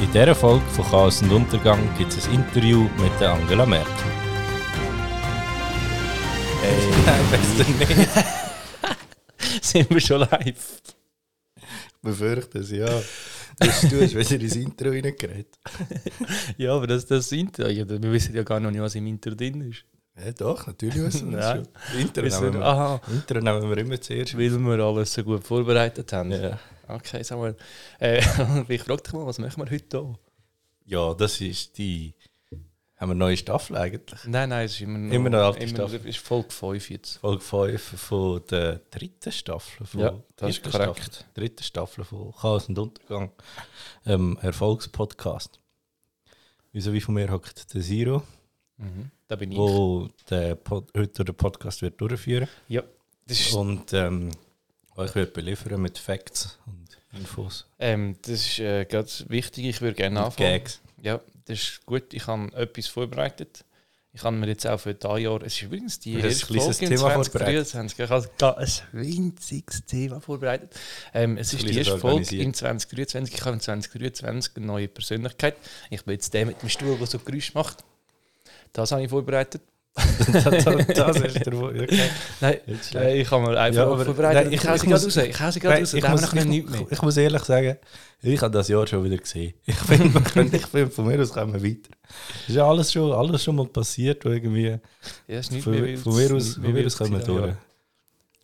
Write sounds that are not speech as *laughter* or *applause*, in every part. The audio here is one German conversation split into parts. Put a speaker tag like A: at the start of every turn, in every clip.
A: In dieser Folge von Chaos und Untergang gibt es ein Interview mit der Angela Merkel.
B: *laughs*
A: Nein, besser nicht. Sind wir schon live?
B: befürchte es, ja. Das du hast wieder ins Intro reingeredet.
C: Ja, aber das, das Intro, ja, wir wissen ja gar noch nicht, was im Intro drin ist.
B: Ja, doch, natürlich wissen wir das
C: Nein.
B: schon. Intro
C: Wissen
B: nehmen,
C: wir,
B: wir,
C: aha,
B: Intro nehmen wir immer zuerst.
C: weil wir alles so gut vorbereitet haben.
B: Ja.
C: Okay, Samuel. Äh, *laughs* ich frage dich mal, was machen wir heute hier?
B: Ja, das ist die... Haben wir eine neue Staffel eigentlich?
C: Nein, nein, es ist immer noch...
B: Immer noch alte
C: immer
B: Staffel.
C: Es ist Folge 5 jetzt.
B: Folge 5 von der dritten Staffel. Von
C: Ja, das ist
B: dritten
C: korrekt.
B: Staffel, dritten Staffel von Chaos und Untergang. Ähm, Erfolgspodcast. Wieso wie von mir hockt der Zero,
C: Mhm. Da bin ich.
B: wo der Pod heute den Podcast wird durchführen
C: Ja. Das ist,
B: und ähm, euch wird beliefern mit Facts und Infos.
C: ähm, das ist äh, ganz wichtig, ich würde gerne
B: und
C: anfangen.
B: Gags. *laughs*
C: Ja, das ist gut, ich habe etwas vorbereitet. Ich habe mir jetzt auch für das Jahr, es ist übrigens die
B: Du hast ein
C: erste
B: kleines
C: Folge in
B: Thema
C: 2023, ich habe da ein winziges Thema vorbereitet. Ähm, es ist die
B: kleines
C: erste Folge
B: organisiert.
C: in 2023, ich habe in 2023 eine neue Persönlichkeit. Ich bin jetzt der mit dem Stuhl, der so Geräusche macht. Das habe ich vorbereitet.
B: das, das, das ist der Wunsch. Okay.
C: Nein,
B: Nicht schlecht.
C: äh, ich habe mir einfach
B: Ja, aber-
C: vorbereitet.
B: nein,
C: ich
B: ich-
C: hau
B: ich
C: sie gerade
B: muss-
C: raus, ich hau sie gerade
B: Nein,
C: raus.
B: ich,
C: Dann haben wir
B: muss,
C: nachher
B: ich,
C: nichts mehr.
B: ich muss ehrlich sagen, ich habe das Jahr schon wieder gesehen. *laughs* Ich finde, man könnte- ich finde von mir aus kommen wir weiter. Es ist ja alles schon, alles schon mal passiert, wo irgendwie.
C: Ja, ist
B: Von,
C: nicht mehr wild.
B: von mir aus,
C: Nicht
B: von
C: mehr
B: mir
C: wild
B: aus kommen wir
C: gewesen,
B: durch.
C: ja.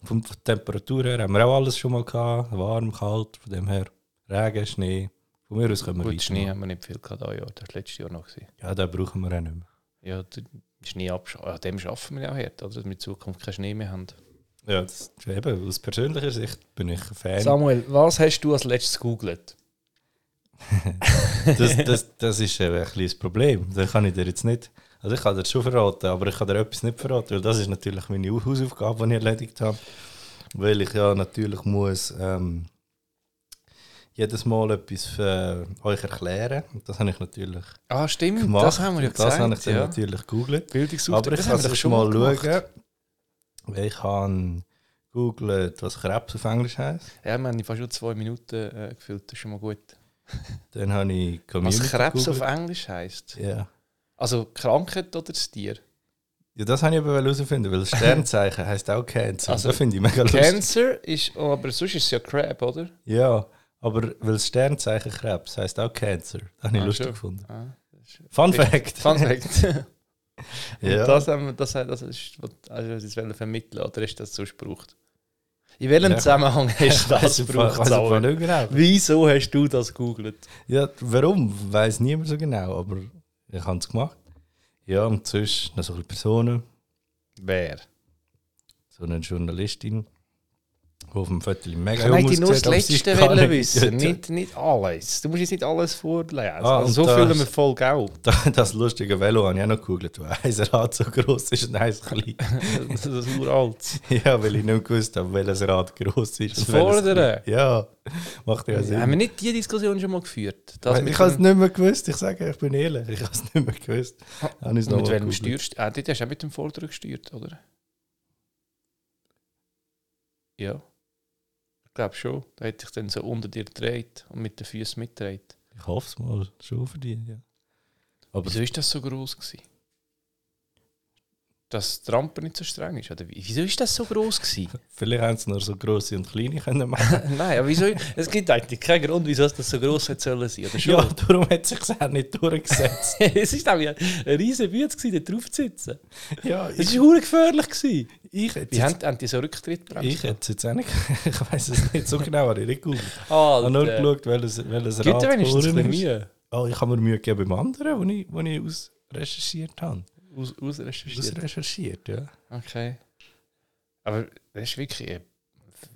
B: Von der Temperatur her haben wir auch alles schon mal gehabt. Warm, kalt, von dem her. Regen, Schnee. Von mir aus können wir
C: Gut,
B: weiter.
C: Schnee haben wir nicht viel gehabt, ah, ja, das war letztes Jahr noch. Gewesen.
B: Ja, den brauchen wir auch nicht mehr.
C: Ja, der Schnee abschaffen. An dem schaffen wir ja hart, oder? Dass wir in Zukunft keinen Schnee mehr haben.
B: Ja, das, eben, aus persönlicher Sicht bin ich ein Fan.
C: Samuel, was hast du als letztes gegoogelt?
B: Das, das, das ist eben ein kleines Problem. Da kann ich dir jetzt nicht. Also ich kann dir schon verraten, aber ich kann dir etwas nicht verraten, weil das ist natürlich meine Hausaufgabe, die ich erledigt habe. Weil ich ja natürlich muss ähm, jedes Mal etwas für euch erklären. Und Das habe ich natürlich
C: Ah, stimmt,
B: gemacht.
C: das haben wir ja
B: Und Das
C: gesagt.
B: habe ich dann
C: ja.
B: natürlich gegoogelt.
C: Bildungsauftrag,
B: Aber ich
C: das
B: kann
C: haben wir doch
B: es schon mal
C: gemacht.
B: schauen. Weil Ich habe gegoogelt, was Krebs auf Englisch heisst.
C: Ja, wir haben fast schon zwei Minuten äh, gefüllt, das ist schon mal gut.
B: Dann habe ich
C: Was
B: Community
C: Krebs auf
B: gegoogelt.
C: Englisch heisst?
B: Ja.
C: Also Krankheit oder das Tier?
B: Ja, das habe ich aber herausfinden, weil Sternzeichen *laughs* heisst auch Cancer. Also, *laughs*
C: Also,
B: das finde ich mega lustig.
C: Cancer ist, oh, aber sonst ist es ja Crab, oder?
B: Ja, aber weil das Sternzeichen Krebs heisst auch Cancer. Das habe ich
C: Ah,
B: lustig
C: schon.
B: gefunden.
C: Ah.
B: Fun Fact! *laughs*
C: Richtig. Fun Fact.
B: ja.
C: Und das, haben wir, das, das ist, was also, was ich jetzt vermitteln oder ist das sonst gebraucht? In welchem
B: Ja.
C: Zusammenhang
B: *laughs*
C: hast
B: ich
C: du
B: weiß es
C: das
B: einfach
C: gebraucht,
B: weiss einfach
C: Samuel?
B: nicht genau.
C: Wieso hast du das gegoogelt?
B: Ja, warum, weiß niemand so genau, aber ich habe es gemacht. Ja, und sonst noch so ein bisschen Personen,
C: Wer?
B: so eine Journalistin, die auf dem Viertel mega
C: Ich möchte nur das
B: ausgesehen hat, aber sie
C: Letzte
B: gar
C: wollen
B: nicht-
C: wissen,
B: Ja,
C: nicht, nicht alles. Du musst jetzt nicht alles vorlesen.
B: Ah,
C: also, so
B: und das-
C: fühlen wir
B: *laughs*
C: voll auch.
B: Das, *laughs* das lustige Velo habe ich auch noch gegoogelt, weil eins Rad so groß ist und eins klein.
C: Das ist uralt.
B: *laughs* Ja, weil ich nicht gewusst habe, welches Rad groß ist.
C: Das
B: und welches
C: Vordere.
B: klein. Ja, macht ja Sinn.
C: Haben wir nicht die Diskussion schon mal geführt? Das mit
B: ich habe es
C: dem,
B: nicht mehr gewusst, ich sage, ich bin ehrlich, ich habe es nicht mehr gewusst.
C: Ah,
B: Habe ich's
C: und mit
B: nochmal
C: welchem
B: gegoogelt.
C: steuerst du? Ah, dort hast du auch mit dem Vorderen gesteuert, oder? Ja. Ich glaube schon. Da hätte ich dann so unter dir gedreht und mit den Füßen mitgedreht.
B: Ich hoffe es mal, schon für die. Ja. Aber
C: Wieso ist das so groß gewesen? Dass die Rampe nicht so streng ist? Oder wie- wieso ist das so groß gewesen?
B: vielleicht haben sie nur so grosse und kleine *laughs* können machen.
C: *laughs* Nein, aber wieso? Es gibt eigentlich keinen Grund, wieso es das so groß hätte sollen sein. Oder schon?
B: ja, *laughs* darum hat sich auch nicht durchgesetzt.
C: *laughs* es ist nämlich eine riesige Bütze gewesen, da drauf zu sitzen.
B: *laughs* ja,
C: Es
B: ich,
C: war hure gefährlich gewesen.
B: ich hätte
C: Wie
B: jetzt,
C: haben, haben die so Rücktrittbremse?
B: ich hätte es jetzt auch nicht, *laughs* ich weiß es nicht so genau, habe ich nicht gegoogelt. Ich
C: Alter.
B: habe nur geschaut, welches, welches
C: Gibt
B: Rad
C: ja wenigstens ein
B: vorne
C: bisschen
B: ist.
C: Mühe.
B: Oh, ich habe mir Mühe gegeben beim anderen, wo ich, wo ich aus recherchiert habe.
C: Aus, ausrecherchiert.
B: Ausrecherchiert, ja.
C: Okay. Aber das ist wirklich. Äh,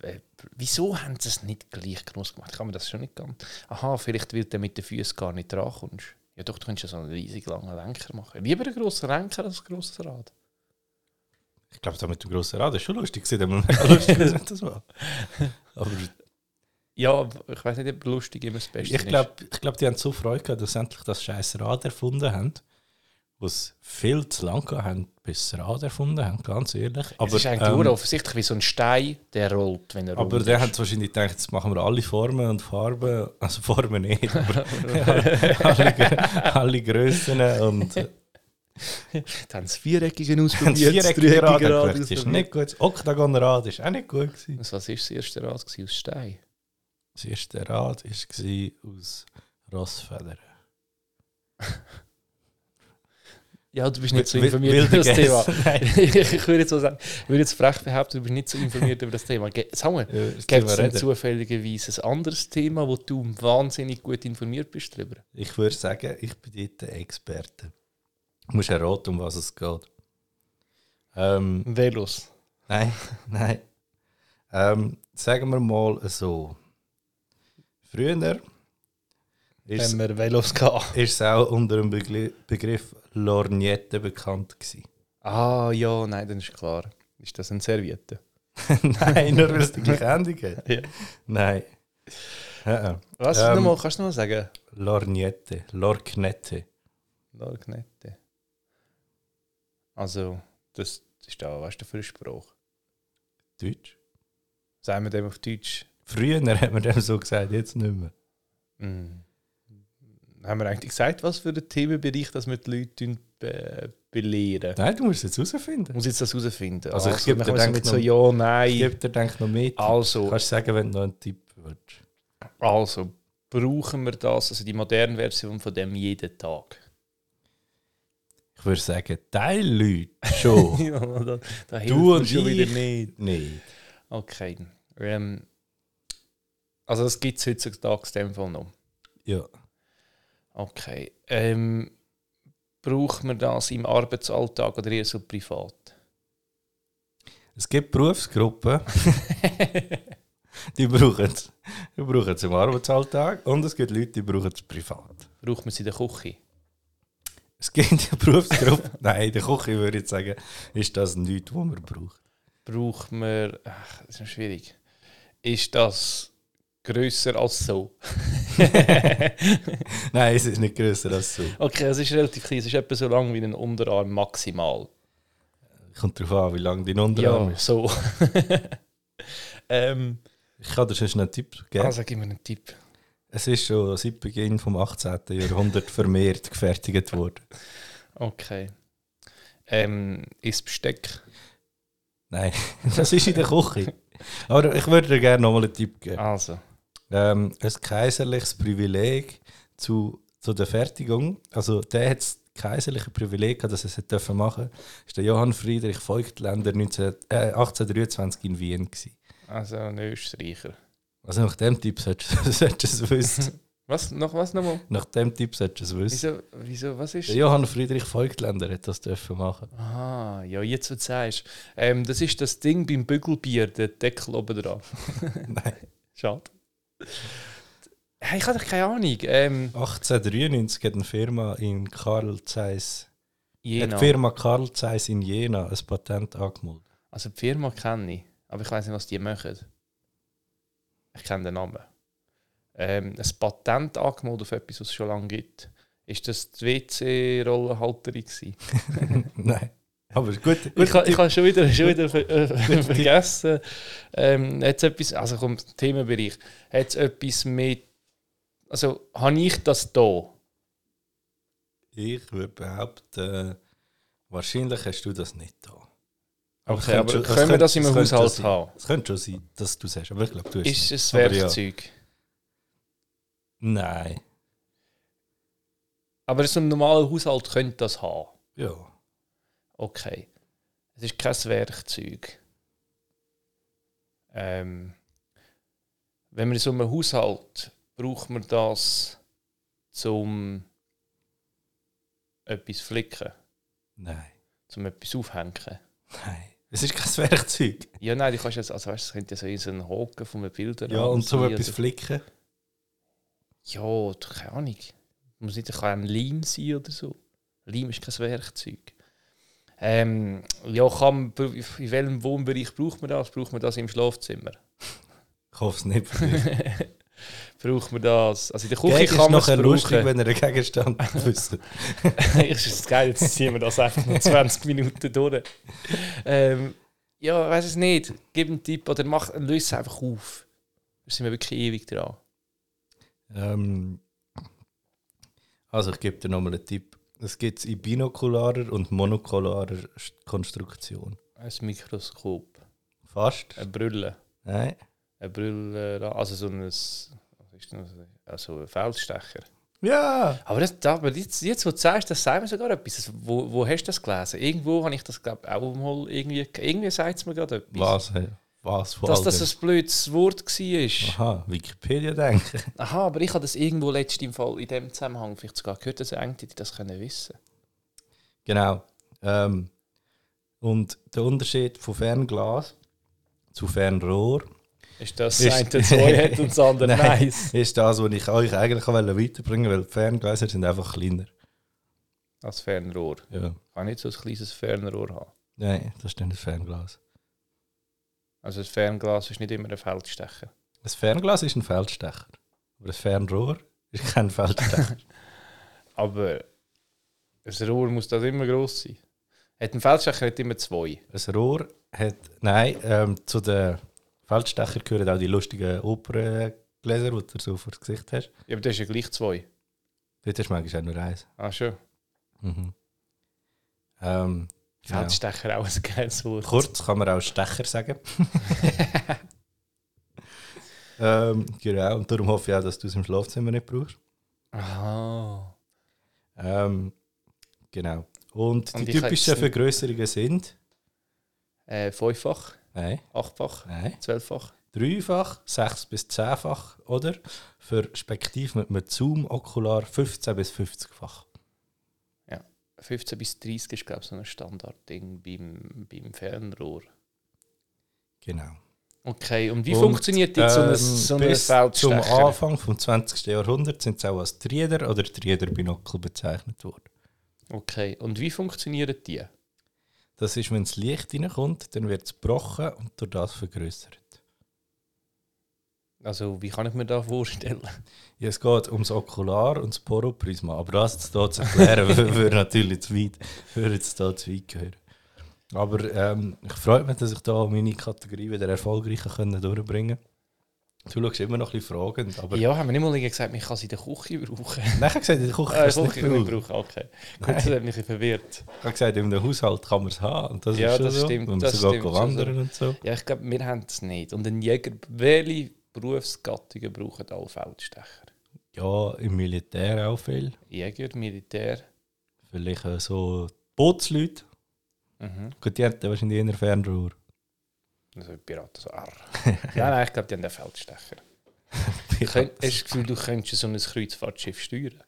C: äh, wieso haben sie es nicht gleich groß gemacht? Kann man das schon nicht ganz. Aha, vielleicht weil du mit den Füßen gar nicht drankommst. Ja, doch, du könntest ja so einen riesig langen Lenker machen. Lieber einen grossen Lenker als ein grosses Rad.
B: Ich glaube, das mit dem grossen Rad ist schon lustig gewesen.
C: *laughs*
B: *laughs* aber mega lustig, gewesen, wenn das war. Aber
C: Ja, ich weiß nicht, ob lustig immer das Beste
B: ich glaube, ich glaub, die haben so Freude gehabt, dass sie endlich das scheiß Rad erfunden haben. was viel zu lang gehabt haben, bis sie Rad erfunden haben, ganz ehrlich.
C: Aber, es ist eigentlich
B: ähm,
C: nur offensichtlich wie so ein Stein, der rollt, wenn er
B: Aber
C: rollt.
B: der
C: *laughs*
B: hat wahrscheinlich gedacht, jetzt machen wir alle Formen und Farben. Also Formen
C: *laughs*
B: nicht, aber alle, Gr- alle Grössen und
C: Dann das Viereckige
B: ein
C: ausprobiert, das
B: viereckiger Rad.
C: Dreieckige
B: Das ist nicht gut. Das Oktagonrad ist auch nicht gut. Gewesen.
C: Was war das erste Rad? gewesen? Aus Stein?
B: Das erste Rad war aus Rossfedern.
C: Ja, du bist nicht so
B: Wi- wi-
C: informiert
B: wilde
C: über das Thema.
B: Gäste.
C: *laughs* ich würde jetzt, so sagen, ich würde jetzt frech behaupten, du bist nicht so informiert über das Thema. Ge- Sag mal,
B: Ja, Äh, das
C: gibt
B: Thema
C: es
B: reden.
C: denn zufälligerweise ein anderes Thema, wo du wahnsinnig gut informiert bist darüber?
B: Ich würde sagen, ich bin dort der Experte. Du musst erraten, um was es geht. Ähm,
C: Velos.
B: Nein, *laughs* nein. Ähm, sagen wir mal so. Früher ist
C: Wenn wir Velos gehen.
B: es auch unter dem Begli- Begriff Lorgnette bekannt gewesen. *laughs*
C: Ah, ja, nein, dann ist klar. Ist das ein Serviette?
B: nein, nur weil es die gleiche Endung hat.
C: *laughs* Ja.
B: Nein. Äh, äh.
C: Was?
B: Ähm,
C: nochmal, kannst du nochmal sagen?
B: Lorgnette, Lorgnette.
C: Lorgnette. Also, das ist da, weißt du, für ein Spruch.
B: Deutsch.
C: Sagen wir dem auf Deutsch.
B: Früher *laughs* hat man dem so gesagt, jetzt nicht mehr.
C: Hm. Haben wir eigentlich gesagt, was für ein Themenbereich dass wir die Leute tun, be belehren?
B: Nein, du musst es jetzt herausfinden.
C: Muss jetzt das herausfinden.
B: Also, ich gebe
C: wir
B: dir
C: kommen
B: denke
C: mit so,
B: noch-
C: ja,
B: Ich
C: nein.
B: gebe dir denk noch mit. Du
C: Also,
B: kannst sagen, wenn du noch einen Tipp willst.
C: also, brauchen wir das, also die moderne Version von dem jeden Tag?
B: Ich würde sagen, Teil Leute
C: *laughs*
B: schon.
C: Ja, da, da hilft
B: Du
C: mir
B: und
C: schon wieder
B: ich.
C: nicht.
B: Nein.
C: Okay. Ähm, also, das gibt es heutzutage in dem Fall noch.
B: Ja.
C: Okay. Ähm, braucht man das im Arbeitsalltag oder eher so privat?
B: Es gibt
C: *laughs*
B: Berufsgruppen, die brauchen es. Die brauchen es im Arbeitsalltag und es gibt Leute, die brauchen es privat.
C: braucht man sie in der Küche?
B: Es gibt Berufsgruppen,
C: *laughs*
B: nein, in der Küche würde ich sagen, ist das nichts, was man braucht.
C: Braucht man. Ach, das ist noch schwierig. Ist das grösser als so? *laughs*
B: Nein, es ist nicht grösser als so.
C: okay, es ist relativ klein. Es ist etwa so lang wie ein Unterarm maximal.
B: Kommt darauf an, wie lang dein Unterarm
C: ja,
B: ist.
C: so. *laughs* ähm,
B: Ich kann dir sonst einen Tipp geben.
C: Also, gib mir einen Tipp.
B: Es ist schon seit Beginn vom 18. Jahrhundert vermehrt gefertigt worden.
C: Okay. Ähm, ist Besteck.
B: Nein, *laughs* das ist in der Küche. Aber ich würde dir gerne nochmal einen Tipp geben.
C: Also.
B: ähm, ein kaiserliches Privileg zu, zu der Fertigung. Also der hat das kaiserliche Privileg, gehabt, dass er es hat dürfen machen durfte. Das war der Johann Friedrich Voigtländer 19, äh, 1823 in Wien. Gewesen.
C: Also, ein Österreicher.
B: Also nach dem Tipp solltest du *laughs* solltest du es wissen.
C: Was? Noch was nochmal?
B: nach dem Tipp solltest du es wissen.
C: Wieso, wieso, was ist?
B: Der Johann Friedrich Voigtländer hat das dürfen machen.
C: Ah, ja, jetzt, was du sagst. Ähm, das ist das Ding beim Bügelbier, der Deckel oben dran.
B: *laughs* Nein.
C: Schade. Hey, ich habe doch keine Ahnung. Ähm,
B: 1893 hat eine Firma in Karl Zeiss, hat
C: Jena.
B: die Firma Karl Zeiss in Jena ein Patent angemeldet.
C: Also die Firma kenne ich, aber ich weiß nicht, was die machen. Ich kenne den Namen. Ähm, ein Patent angemeldet auf etwas, was es schon lange gibt. Ist das die WC-Rollenhalterung? gewesen?
B: *laughs* Nein. Aber gut,
C: Ich
B: gut
C: habe ich ha schon wieder, schon wieder ver äh, vergessen. Ähm, hat's etwas, also kommt Themenbereich. Hat es etwas mit. Also, habe ich das da?
B: Ich würde behaupten, wahrscheinlich hast du das nicht da. es
C: Okay,
B: könnte
C: aber
B: schon- es
C: können wir
B: könnte-
C: das im
B: es könnte schon
C: Haushalt
B: sein.
C: haben?
B: Es könnte schon sein, dass du es hast, aber ich glaube, du hast
C: Ist es ein
B: Aber ja.
C: Werkzeug?
B: Nein.
C: Aber so ein normaler Haushalt könnte das haben.
B: Ja.
C: Okay. Es ist kein Werkzeug. Ähm, wenn man in so einem Haushalt braucht man das zum etwas flicken,
B: Nein.
C: zum etwas aufhängen.
B: Nein. Es ist kein *laughs* Werkzeug.
C: Ja, nein, du kannst jetzt, also weißt, es könnte ja so in so einen Haken von einem also Bilder
B: Ja, und so etwas
C: Oder,
B: flicken.
C: ja, du, keine Ahnung. Muss nicht kann ein Leim sein oder so. Leim ist kein Werkzeug. Ähm, ja, kann, man- in welchem Wohnbereich braucht man das? Braucht man das im Schlafzimmer?
B: Ich hoffe es nicht. für dich.
C: *laughs* braucht man das. Also in der Küche
B: Gag ist
C: kann man es
B: nachher lustig,
C: brauchen.
B: wenn er einen Gegenstand *laughs* wüsste.
C: *laughs* ist es geil, jetzt ziehen wir das einfach noch 20 Minuten durch. Ähm, ja, weiß es nicht. Gib einen Tipp oder mach, löse es einfach auf. Da sind wir wirklich ewig dran.
B: Ähm, also ich gebe dir nochmal einen Tipp. Es gibt in binokularer und monokularer Sch- Konstruktion.
C: Ein Mikroskop,
B: Fast?
C: eine Brille,
B: Nein.
C: eine Brille, also so ein, was ist denn das? also ein Feldstecher.
B: Ja!
C: Aber das, da, aber jetzt, jetzt, wo du sagst, das sagt mir sogar etwas. Das- Wo, wo hast du das gelesen? Irgendwo habe ich das, glaube auch mal irgendwie, irgendwie sagt es mir gerade etwas.
B: Was? hä? Was vor
C: Dass
B: allem?
C: das ein blödes Wort war.
B: Aha, Wikipedia denkt.
C: Aha, aber ich habe das irgendwo letztens im Fall in dem Zusammenhang vielleicht sogar gehört, dass Engte die das können wissen.
B: *laughs* Genau. Ähm, und der Unterschied von Fernglas zu Fernrohr
C: Ist das
B: Ist-
C: das eine zwei hat und das andere
B: *laughs* Nein.
C: nice.
B: ist das, was ich euch eigentlich auch weiterbringen wollte, weil die Ferngläser sind einfach kleiner.
C: Als Fernrohr.
B: Ja.
C: Kann ich nicht so ein kleines Fernrohr haben.
B: Nein, das ist nicht ein Fernglas.
C: Also ein Fernglas ist nicht immer ein Feldstecher.
B: Ein Fernglas ist ein Feldstecher. Aber ein Fernrohr ist kein
C: *laughs*
B: Feldstecher.
C: Aber ein Rohr muss das immer gross sein. Hat ein Feldstecher hat immer zwei.
B: ein Rohr hat. Nein, ähm, zu den Feldstechern gehören auch die lustigen Operngläser, die du so vor das Gesicht hast.
C: Ja, aber das ist ja gleich zwei.
B: Dort hast du manchmal auch nur eins.
C: Ah, schon.
B: Mhm. Ähm, genau.
C: Feldstecher auch ein geiles Wort.
B: Kurz kann man auch Stecher
C: *laughs*
B: sagen. ähm, genau, und darum hoffe ich auch, dass du es im Schlafzimmer nicht brauchst.
C: Aha.
B: Ähm, genau. Und die
C: Und ich
B: typischen
C: hätte-
B: Vergrößerungen sind?
C: Äh, fünffach,
B: Nein,
C: achtfach,
B: nein.
C: zwölffach.
B: Dreifach, sechs- bis zehnfach oder für Spektiv mit einem Zoom-Okular 15- bis 50-fach.
C: 15 bis 30 ist, glaube ich, so ein Standardding beim, beim Fernrohr.
B: Genau.
C: Okay, und wie
B: Und,
C: funktioniert jetzt
B: ähm,
C: so ein,
B: bis
C: so ein
B: Zum
C: Feldstecher?
B: Anfang des 20. Jahrhunderts sind sie auch als Trieder oder Trieder-Binokel bezeichnet worden.
C: Okay, und wie funktionieren die?
B: Das ist, wenn das Licht reinkommt, dann wird es gebrochen und durch das vergrößert.
C: Also, wie kann ich mir das vorstellen?
B: Ja, es geht ums Okular und das Poroprisma, aber das jetzt hier zu erklären, *laughs* wür- würde natürlich zu weit, würde jetzt hier zu weit gehören. Aber ähm, ich freue mich, dass ich da meine Kategorie wieder erfolgreicher können durchbringen konnte. Du schaust immer noch ein bisschen fragend, aber
C: ja, haben wir nicht mal irgendwie gesagt, man kann sie in der Küche brauchen.
B: nachher gesagt, in der Küche
C: Äh,
B: kannst du es
C: Küche
B: nicht
C: kann ich
B: brauchen.
C: brauchen, okay. Gut, das hat mich ein bisschen verwirrt.
B: Ich habe gesagt, im Haushalt kann man es haben und das
C: Ja,
B: ist schon
C: das
B: so.
C: stimmt,
B: Wenn man
C: das
B: sogar
C: stimmt also.
B: gehen
C: schon so.
B: wandern und so.
C: Ja, ich glaube, wir haben es nicht. Und ein Jäger, welche Berufsgattungen brauchen alle Feldstecher?
B: Ja, im Militär auch viel.
C: Jäger, Militär.
B: Vielleicht äh, so Bootsleute.
C: Mhm.
B: Gut, die hätten wahrscheinlich eher Fernrohr.
C: Also Piraten, so arr. ja, *laughs* nein, ich glaube, die haben den Feldstecher. Ich
B: Piraten.
C: könnt,
B: *laughs*
C: hast du das Gefühl, du könntest so ein Kreuzfahrtschiff steuern?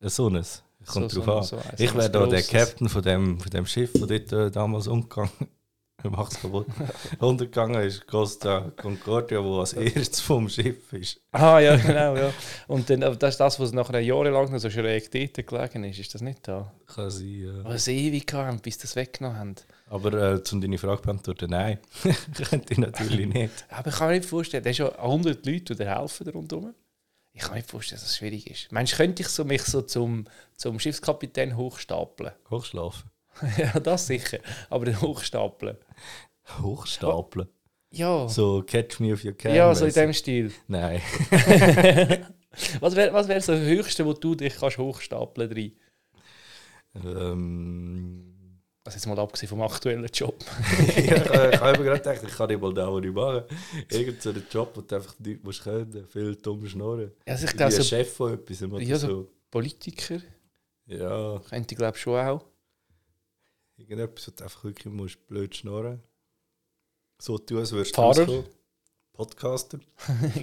B: Ein Sonnes. Kommt
C: so,
B: drauf
C: so,
B: an.
C: So, ein-
B: ich
C: so
B: wäre
C: ein
B: da der
C: grosses-
B: Captain von dem, von dem Schiff, das dort äh, damals *laughs* umgegangen er macht's kaputt. Untergegangen ist Costa Concordia, wo als erstes vom Schiff ist.
C: Ah, *laughs* ja, genau, ja. Und dann, aber das ist das, was nachher jahrelang noch so schräg dort gelegen ist. Ist das nicht da?
B: Kann sein, äh.
C: Aber es ewig haben, bis das weggenommen haben.
B: Aber äh, um deine Frage beantworten, *laughs* nein. Könnte ich natürlich nicht.
C: Aber ich kann mir nicht vorstellen, da sind ja 100 Leute, die dir helfen rundherum. Ich kann mir nicht vorstellen, dass das schwierig ist. Meinst du, könnte ich so mich so zum, zum Schiffskapitän hochstapeln? *laughs*
B: Hochschlafen.
C: ja, das sicher. Aber dann hochstapeln.
B: Hochstapeln.
C: Ja,
B: So catch me if you can.
C: ja so in
B: mäßig.
C: dem Stil.
B: Nein.
C: was wäre was wär so das Höchste, wo du dich kannst hochstapeln drin? *laughs*
B: *laughs* ähm,
C: Also jetzt mal abgesehen vom aktuellen Job.
B: ich habe ich habe gerade gedacht, ich kann nicht mal dauernd machen. Irgend so einen Job, wo du einfach nichts musst können, viel dumm schnurren.
C: Also ich
B: Ich bin
C: glaube,
B: so
C: so
B: Chef von etwas oder
C: Ja, so-
B: so.
C: Politiker
B: Ja,
C: könnte ich glaube schon auch. *laughs*
B: irgendetwas, wo du einfach wirklich musst blöd schnurren So tun, als würdest
C: Fahrer?
B: rauskommen. Podcaster.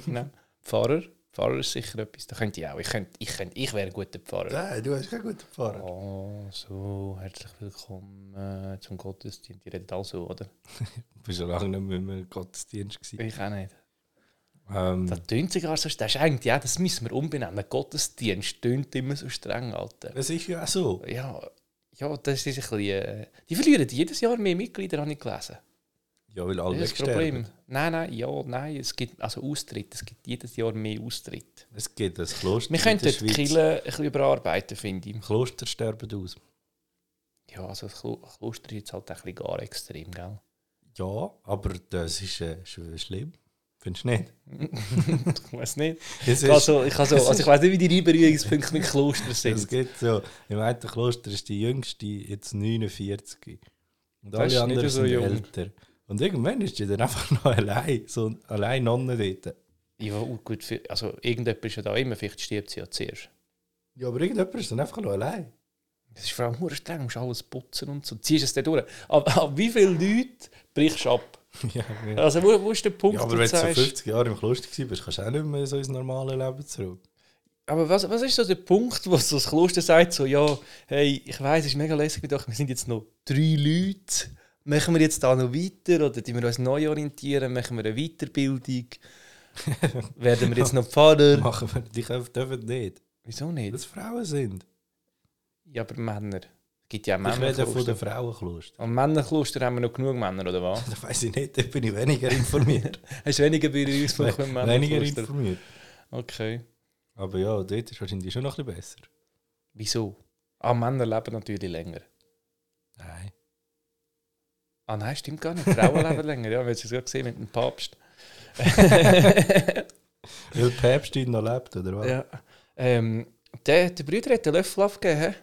C: genau. Pfarrer. Pfarrer ist sicher etwas. Da könnte ich auch. Ich, könnte, ich, könnte, ich wäre ein guter Pfarrer.
B: Nein, du hast keinen guten Fahrer.
C: Oh, so, herzlich willkommen äh, zum Gottesdienst. Ihr redet auch so, oder?
B: Du bist schon lange nicht mehr im Gottesdienst. Gewesen.
C: Ich auch nicht.
B: Ähm,
C: Das tönt sogar so streng. Das, ist eigentlich, ja, das müssen wir umbenennen. Gottesdienst tönt immer so streng, Alter.
B: das ist ja auch so.
C: Ja, ja das ist ein bisschen... Äh, die verlieren jedes Jahr mehr Mitglieder, habe ich gelesen.
B: Ja, weil
C: Das
B: alle
C: ist das
B: wegsterben.
C: Problem. Nein, nein, ja, nein. Es gibt also Austritt. Es gibt jedes Jahr mehr Austritt.
B: Es gibt ein Kloster
C: Wir könnten
B: in
C: die
B: der Schweiz.
C: Kille ein bisschen überarbeiten, finde ich.
B: Kloster sterben aus.
C: Ja, also das Klo- Kloster ist jetzt halt ein bisschen gar extrem, gell? *laughs*
B: Ja, aber das ist äh, sch- schlimm. Findest du nicht?
C: ich weiß nicht.
B: Es, ist,
C: Ich also, ich, also, also ich weiß nicht, wie die Berührungspunkte mit Kloster
B: es
C: sind.
B: gibt so, im einen Kloster ist die jüngste jetzt 49. Und
C: Das ist
B: alle
C: nicht
B: anderen
C: so
B: sind
C: jung.
B: älter. Und irgendwann ist die dann einfach *laughs* noch allein. So allein Nonne dort.
C: Ja, und gut, für, also irgendjemand ist ja da immer, vielleicht stirbt sie ja zuerst.
B: Ja, aber irgendjemand ist dann einfach noch allein.
C: Das ist vor allem verdammt streng, du musst alles putzen und so. Du ziehst es dann durch. Aber, aber wie viele Leute brichst du ab?
B: *laughs* ja, ja.
C: Also wo, wo ist der Punkt,
B: ja, aber
C: wo
B: wenn
C: du
B: du so
C: sagst...
B: 50 Jahre im Kloster gewesen bist, kannst du auch nicht mehr so ins normale Leben zurück.
C: Aber was, was ist so der Punkt, wo so das Kloster sagt, so, ja, hey, ich weiß, es ist mega lässig, doch wir sind jetzt noch drei Leute, machen wir jetzt da noch weiter oder die wir uns neu orientieren, machen wir eine *laughs* Weiterbildung, werden wir jetzt noch Pfarrer?
B: Machen wir, die können- dürfen nicht.
C: Wieso nicht?
B: Weil es Frauen sind.
C: Ja, aber Männer. Es gibt ja auch
B: Ich rede von
C: Männerkloster.
B: den Frauenkloster.
C: Am Männerkloster haben wir noch genug Männer, oder was?
B: *laughs* Da weiss ich nicht, da bin ich weniger informiert.
C: Hast du weniger Berührungspunkte mit dem
B: weniger
C: *laughs* Männerkloster?
B: informiert.
C: Okay.
B: Aber ja, dort ist wahrscheinlich schon noch ein bisschen besser.
C: Wieso? Ah, Männer leben natürlich länger.
B: Nein.
C: Ah nein, stimmt gar nicht. Frauen
B: *laughs*
C: leben länger, ja. Wir haben es gerade gesehen mit dem Papst.
B: Weil die Päpstin noch lebt, oder was?
C: ja. ähm, der, der Bruder hat den Löffel abgegeben, hä?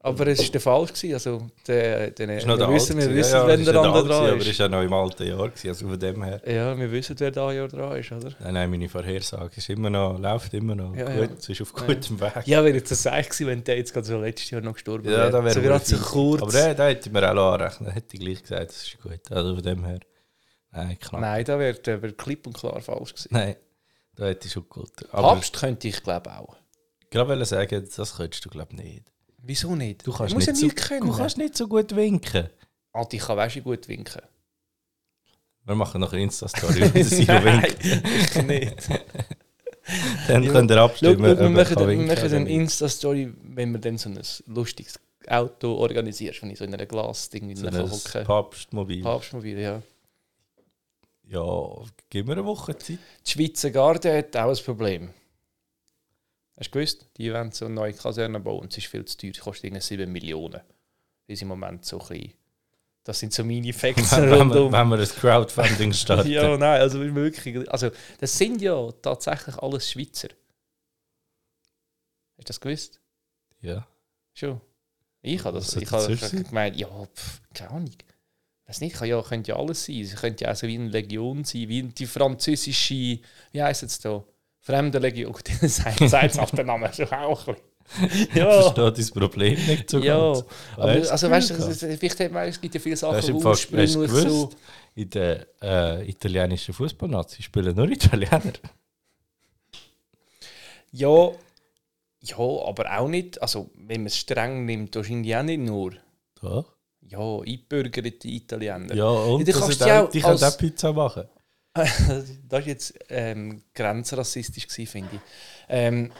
C: aber es war der falsch. Gewesen. Also, der, der,
B: Ist noch
C: wir
B: der
C: wissen, wir
B: Alte.
C: wissen
B: ja, ja,
C: wenn
B: ist
C: der
B: noch der
C: andere
B: Alte,
C: dran
B: Aber
C: ist.
B: ist ja noch im alten Jahr, gewesen, also von dem her.
C: Ja, wir wissen, wer da Jahr dran ist, oder?
B: Nein, nein, meine Vorhersage ist immer noch, läuft immer noch.
C: Ja, ja.
B: gut, es ist auf gutem Weg.
C: Ja, wenn jetzt das eigentlich gewesen, wenn der jetzt gerade so letztes Jahr noch gestorben
B: Ja, da wäre
C: so gerade so
B: fies.
C: kurz.
B: Aber da, da hätte man auch anrechnen. Hätte ich gleich gesagt, das ist gut. Also von dem her. Nein, knapp. Nein.
C: Nein, da wäre der wär klipp und klar falsch gewesen.
B: da hätte ich schon geholt. Aber
C: Papst könnte ich glaube auch.
B: ich wollte sagen, das könntest du glaube nicht.
C: Wieso nicht?
B: Du kannst
C: Ich muss
B: nicht
C: ja
B: so-
C: nicht können.
B: Du kannst nicht so gut winken.
C: Alter, ich kann weißt, gut winken.
B: Wir machen noch eine
C: *laughs*
B: Insta-Story, wenn sie winkt.
C: ich nicht.
B: *laughs* Dann
C: Ja.
B: könnt ihr
C: Schau,
B: abstimmen.
C: wir,
B: ob er
C: machen,
B: kann
C: wir
B: winken
C: machen
B: oder
C: eine
B: nicht.
C: Insta-Story, wenn wir dann so ein lustiges Auto organisierst, wenn ich so in einem Glas-Ding
B: So
C: so
B: ein
C: hocke.
B: Papstmobil.
C: Papstmobil, ja.
B: Ja, gib mir eine Woche Zeit.
C: Die Schweizer Garde hat auch ein Problem. Hast du gewusst? Die wollen so eine neue Kaserne bauen und es ist viel zu teuer. Es kostet irgendwie 7 Millionen. Das ist im Moment so ein bisschen... Das sind *laughs* so meine
B: *laughs*
C: Facts um
B: Wenn, wenn, wir-
C: rundum.
B: wenn wir ein Crowdfunding starten.
C: Ja, nein, also wirklich. Also, das sind ja tatsächlich alles Schweizer. Hast du das gewusst?
B: ja.
C: Schon. Ich habe das,
B: Was soll
C: ich
B: das
C: habe
B: sonst sein?
C: gemeint, ja, pff, keine Ahnung. Weiß nicht, kann ja, könnte ja alles sein. Es könnte ja auch so wie eine Legion sein, wie die französische, wie heisst es da? Fremde Legion. *laughs* Gut, sagt es auf den Namen schon auch ein
B: *laughs*
C: bisschen.
B: Ich
C: Ja,
B: verstehe dein Problem nicht so
C: ja.
B: ganz.
C: Aber,
B: Weißt du,
C: also, weißt du,
B: das-
C: es- es- vielleicht hat man- es gibt ja viele
B: Hast
C: Sachen,
B: du im
C: die
B: Fall- hast du
C: ursprünglich so.
B: gewusst? In der äh, italienischen Fußballnazi spielen nur Italiener.
C: Ja, ja, aber auch nicht. Also, wenn man es streng nimmt, wahrscheinlich auch nicht nur.
B: Doch.
C: Ja, eingebürgerte Italiener.
B: Ja,
C: Ja,
B: und
C: du
B: das
C: kannst
B: hat
C: ja
B: auch,
C: auch
B: die können
C: als-
B: auch Pizza machen.
C: *laughs* das war jetzt ähm, grenzrassistisch, gewesen, finde ich. Ähm,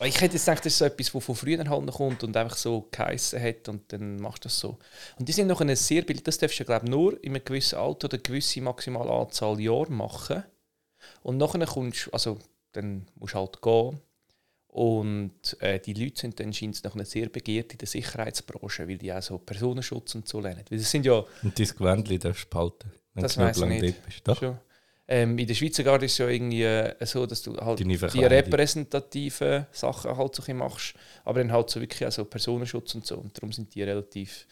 C: ich hätte jetzt gedacht, das ist so etwas, was von früher halt noch kommt und einfach so geheissen hat und dann machst du das so. Und die sind noch eine sehr billig, das darfst du, glaube ich, nur in einem gewissen Alter oder einer gewissen maximalen Anzahl Jahre machen. Und nachher kommst du, also dann musst du halt gehen. Und äh, die Leute sind dann scheinbar noch sehr begehrt in der Sicherheitsbranche, weil die auch so Personenschutz und so lernen. Weil das sind ja
B: Und dein Gewändchen darfst du behalten. Wenn
C: Das
B: du genug
C: weiss ich
B: lang
C: nicht.
B: dort Bist. Doch.
C: Schon. Ähm, in der Schweizer Garde ist es ja irgendwie äh, so, dass du halt
B: Deine
C: die
B: Verkleidung.
C: repräsentativen Sachen halt so ein bisschen machst, aber dann halt so wirklich auch so Personenschutz und so. Und darum sind die relativ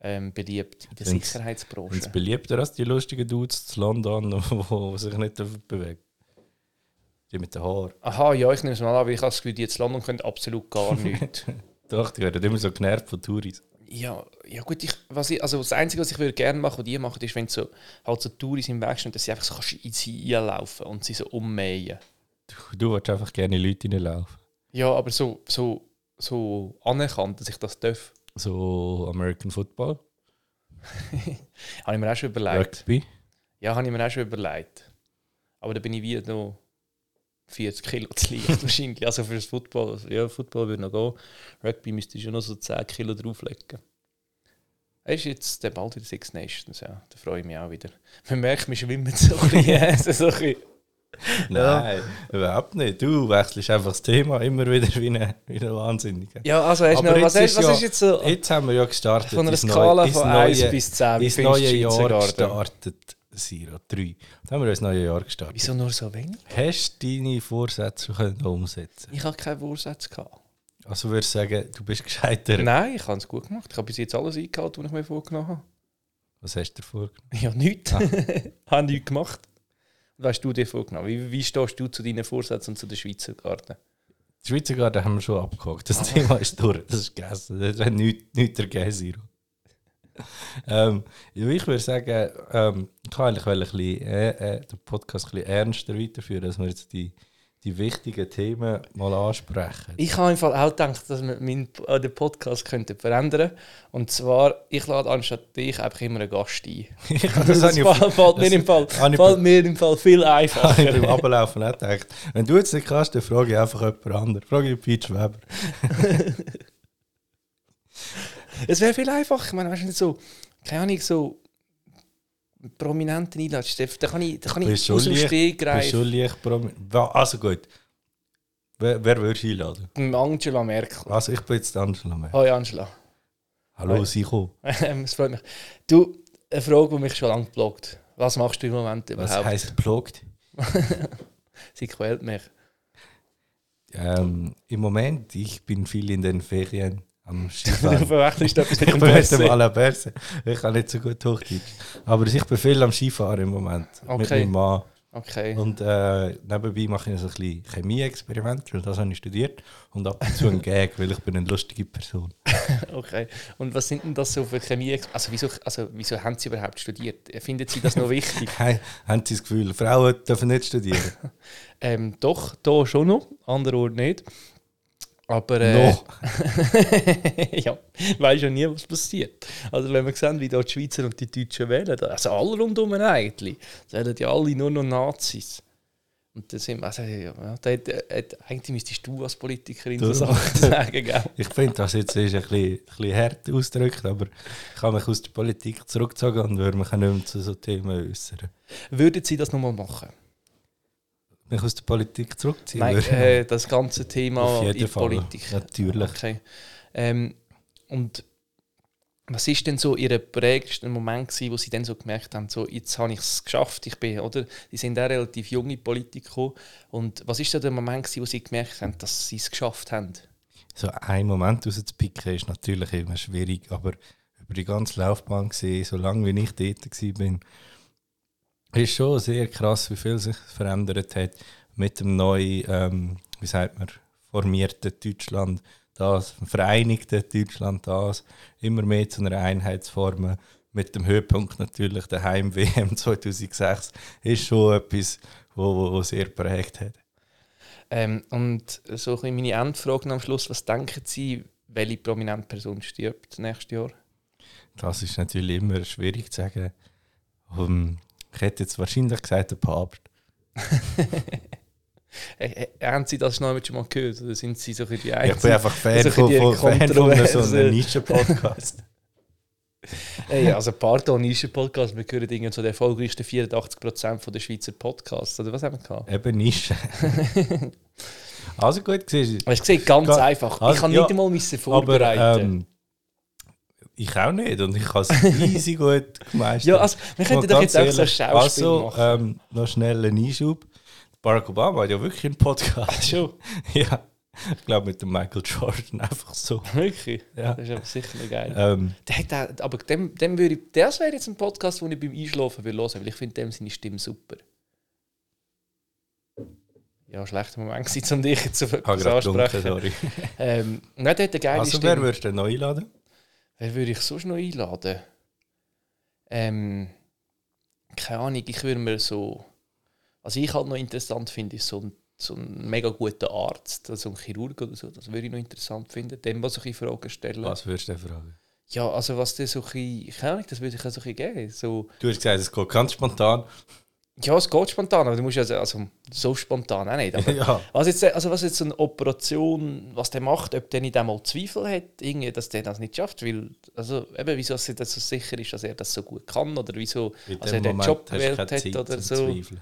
C: ähm, beliebt in der
B: Wenn's- Und es
C: Sicherheitsbranche.
B: beliebter als die lustigen Dudes zu London, *laughs* die sich nicht dürfen bewegen. Die mit den Haaren.
C: Aha, ja, ich nehme es mal an, weil ich habe das Gefühl, die jetzt London können absolut gar nichts. *laughs*
B: Doch, die werden immer so genervt von Touris.
C: ja, ja gut, ich, was ich, also das Einzige, was ich würde gerne machen, was die machen, ist, wenn so, halt so Touris im Weg stehen, dass sie einfach so kannst in sie einlaufen und sie so ummähen.
B: Du, du willst einfach gerne in Leute reinlaufen.
C: Ja, aber so, so, so anerkannt, dass ich das darf.
B: So American Football,
C: Habe ich mir auch schon überlegt.
B: Rugby.
C: Ja, habe ich mir auch schon überlegt. Aber da bin ich wieder noch 40 Kilo *laughs* zu leicht wahrscheinlich. Also für das Football, also ja, Football würde noch gehen. Rugby müsste ich schon noch so 10 Kilo drauflegen. Er ist jetzt der bald in der Six Nations, ja. Da freue ich mich auch wieder. Man merkt, wir schwimmen so
B: *laughs*
C: ein bisschen. äh, so ein bisschen.
B: Nein, überhaupt nicht. Du wechselst einfach das Thema immer wieder wie ein wie ein Wahnsinniger.
C: Ja, also hast du
B: Aber
C: noch, was,
B: jetzt ist
C: hast, was
B: ja-
C: ist jetzt so?
B: Jetzt haben wir ja gestartet.
C: von einer
B: ins neue-
C: Skala
B: ins
C: von
B: neue-
C: 1 bis 10
B: Ins
C: findest
B: neue
C: du
B: Jahr
C: Schweizer Garten.
B: gestartet, Siro 3. Dann haben wir ins neue Jahr gestartet.
C: Wieso nur so wenig?
B: Hast du deine Vorsätze können umsetzen
C: Ich habe keine Vorsätze gehabt.
B: Also würdest du sagen, du bist gescheiter.
C: Nein, ich habe es gut gemacht. Ich habe bis jetzt alles eingehalten, was ich mir vorgenommen habe. *laughs*
B: Was hast du dir vorgenommen?
C: Ja, nichts.
B: Ah.
C: *laughs* habe nichts gemacht. Was hast du dir vorgenommen? Wie, wie stehst du zu deinen Vorsätzen und zu der Schweizer Garten?
B: Die Schweizer Garten haben wir schon abgehakt. Das Thema ist durch. Das ist gegessen. Das hat nichts, nichts ergeben, Siro. ähm, ja, ich würde sagen, ähm, ich wollte eigentlich ein bisschen, äh, äh, den Podcast ein bisschen ernster weiterführen, dass wir jetzt die, die wichtigen Themen mal ansprechen.
C: Ich habe im Fall auch gedacht, dass wir meinen, äh, den Podcast könnten verändern könnten. Und zwar, ich lade anstatt dich einfach immer einen Gast ein.
B: *laughs* das
C: *laughs* Das,
B: habe ich
C: *laughs*
B: auf-
C: fa- fällt, mir
B: das
C: im Fall,
B: habe ich-
C: fällt mir im Fall viel *laughs*
B: habe *laughs* ich beim
C: einfacher.
B: Ablaufen auch gedacht. Wenn du jetzt nicht kannst, dann frage ich einfach jemand anderen. Frage ich Peach Weber.
C: es wäre viel einfacher. Ich meine, weißt du, nicht so, keine Ahnung, so prominenten einladest, dann- dann kann ich, dann kann
B: Bist
C: ich
B: du
C: aus dem
B: leicht-
C: Steg
B: Bist du
C: greifen.
B: leicht promi- Wa- Also gut. Wer, wer würdest du einladen?
C: Angela Merkel.
B: Also ich bin jetzt Angela Merkel.
C: Hoi Angela. *laughs*
B: Hallo, Sicho.
C: Ähm, Es freut mich. Du, eine Frage, die mich schon lange blockt. Was machst du im Moment
B: Was
C: überhaupt?
B: heisst geplagt?
C: Sie quält mich.
B: Ähm, Im Moment, ich bin viel in den Ferien
C: *laughs*
B: am
C: Du
B: Skifahren.
C: verwechselst etwas mit
B: ich
C: dem
B: bin jetzt
C: Böse.
B: mal am Berse. Ich kann nicht so gut Hochdeutsch. Aber ich bin viel am Skifahren im Moment. Mit
C: Okay.
B: meinem Mann.
C: Okay.
B: Und äh, nebenbei mache ich so ein bisschen Chemie-Experiment, weil das habe ich studiert. Und ab und zu ein Gag, weil ich bin eine lustige Person.
C: okay. Und was sind denn das so für Chemie? Also wieso, also, wieso haben Sie überhaupt studiert? Finden Sie das noch wichtig?
B: *laughs* He- Haben Sie das Gefühl, Frauen dürfen nicht
C: *laughs*
B: studieren?
C: ähm, doch, da schon noch, andererorts nicht. Aber. äh,
B: Noch.
C: *laughs* ja, weiß ja nie, was passiert. Also wenn wir sehen, wie da die Schweizer und die Deutschen wählen, da- also alle rundum eigentlich, da wählen ja alle nur noch Nazis. Und da sind wir, also, ja, ja, da hat, hat, eigentlich müsstest du als Politikerin so *laughs*
B: Du-
C: Sachen sagen, gell?
B: Ich finde, das jetzt ist ein bisschen, ein bisschen hart ausgedrückt, aber ich habe mich aus der Politik zurückgezogen und würde mich auch nicht mehr zu so Themen äußern.
C: Würden sie das nochmal machen?
B: Mich aus der Politik zurückziehen
C: Nein,
B: würde.
C: äh, das ganze Thema
B: Auf
C: in
B: jeden
C: der
B: Fall,
C: Politik.
B: natürlich.
C: Okay. Ähm, und was ist denn so Ihr prägendster Moment gewesen, wo Sie dann so gemerkt haben, so, jetzt habe ich es geschafft, ich bin, oder? Sie sind auch relativ junge Politiker und was ist so der Moment gewesen, wo Sie gemerkt haben, dass Sie es geschafft haben?
B: So einen Moment rauszupicken ist natürlich immer schwierig, aber über die ganze Laufbahn gesehen, solange wie ich dort war, ist schon sehr krass, wie viel sich verändert hat mit dem neu, ähm, wie sagt man, formierten Deutschland, das vereinigte Deutschland, das immer mehr zu einer Einheitsform mit dem Höhepunkt natürlich der *laughs* Heim-WM 2006 ist schon etwas, wo, wo, wo sehr prägt hat.
C: Ähm, und so ein bisschen meine Endfrage am Schluss, was denken Sie, welche prominente Person stirbt nächstes Jahr?
B: Das ist natürlich immer schwierig zu sagen. Ähm, ich hätte jetzt wahrscheinlich gesagt, der Papst.
C: Äh, äh, haben Sie das noch schon mal gehört oder sind Sie so ein bisschen die
B: Ich bin
C: Einzigen?
B: einfach Fan
C: so
B: von,
C: die
B: von, Fan von einem so
C: kontroverse-
B: einem
C: *laughs*
B: Nischen-Podcast.
C: Hey, also Pardon ist ein Podcast, wir gehören irgendwie zu den erfolgreichsten 84% von der Schweizer Podcasts, oder was haben wir gehabt?
B: Eben Nische.
C: *laughs*
B: also gut, siehst du.
C: Aber ich sehe ganz
B: Ga-
C: einfach, ich
B: Also,
C: kann
B: ja,
C: nicht einmal müssen
B: Aber
C: vorbereiten.
B: ähm, ich auch nicht. Und ich
C: *laughs*
B: habe es easy gut gemeistert.
C: ja, also, wir
B: Und
C: könnten doch
B: ganz
C: jetzt auch so ein
B: ehrlich,
C: Schauspiel
B: Also,
C: machen.
B: ähm, noch schnell einen Einschub. Barack Obama hat ja wirklich einen Podcast.
C: *laughs* Schon,
B: ja, ich glaube mit dem Michael Jordan einfach so.
C: wirklich.
B: Ja.
C: *laughs* Das ist aber sicher noch geil.
B: Ähm,
C: Der hat auch, aber dem, dem würde ich, das wäre jetzt ein Podcast, den ich beim Einschlafen will hören, weil ich finde dem seine Stimme super. Ja, schlechter Moment *laughs* gewesen, um dich jetzt auf
B: ich habe
C: etwas
B: gerade dunkel,
C: ansprechen.
B: sorry.
C: Ähm, nein, der hat eine geile
B: Also,
C: Stimme.
B: wer würdest du denn noch einladen?
C: Wer würde ich sonst noch einladen? Ähm, keine Ahnung, ich würde mir so. Was ich halt noch interessant finde, ist so ein, so ein mega guter Arzt, also ein Chirurg oder so. Das würde ich noch interessant finden. Dem mal so ein bisschen Fragen stellen.
B: Was würdest du denn fragen?
C: Ja, also was der so ein bisschen. Keine Ahnung, das würde ich auch so ein bisschen geben. So,
B: Du hast gesagt, es geht ganz spontan.
C: Ja, es geht spontan, aber du musst ja also, also so spontan auch nicht.
B: *laughs*
C: Aber
B: ja.
C: was, jetzt, also was jetzt eine Operation, was der macht, ob der nicht einmal Zweifel hat, irgendwie, dass der das nicht schafft, weil, also eben, wieso es das so sicher ist, dass er das so gut kann oder wieso
B: In
C: also er
B: dem
C: den
B: Moment
C: Job
B: hast du
C: gewählt
B: keine
C: hat
B: Zeit
C: oder
B: zum
C: so.
B: Zweifeln.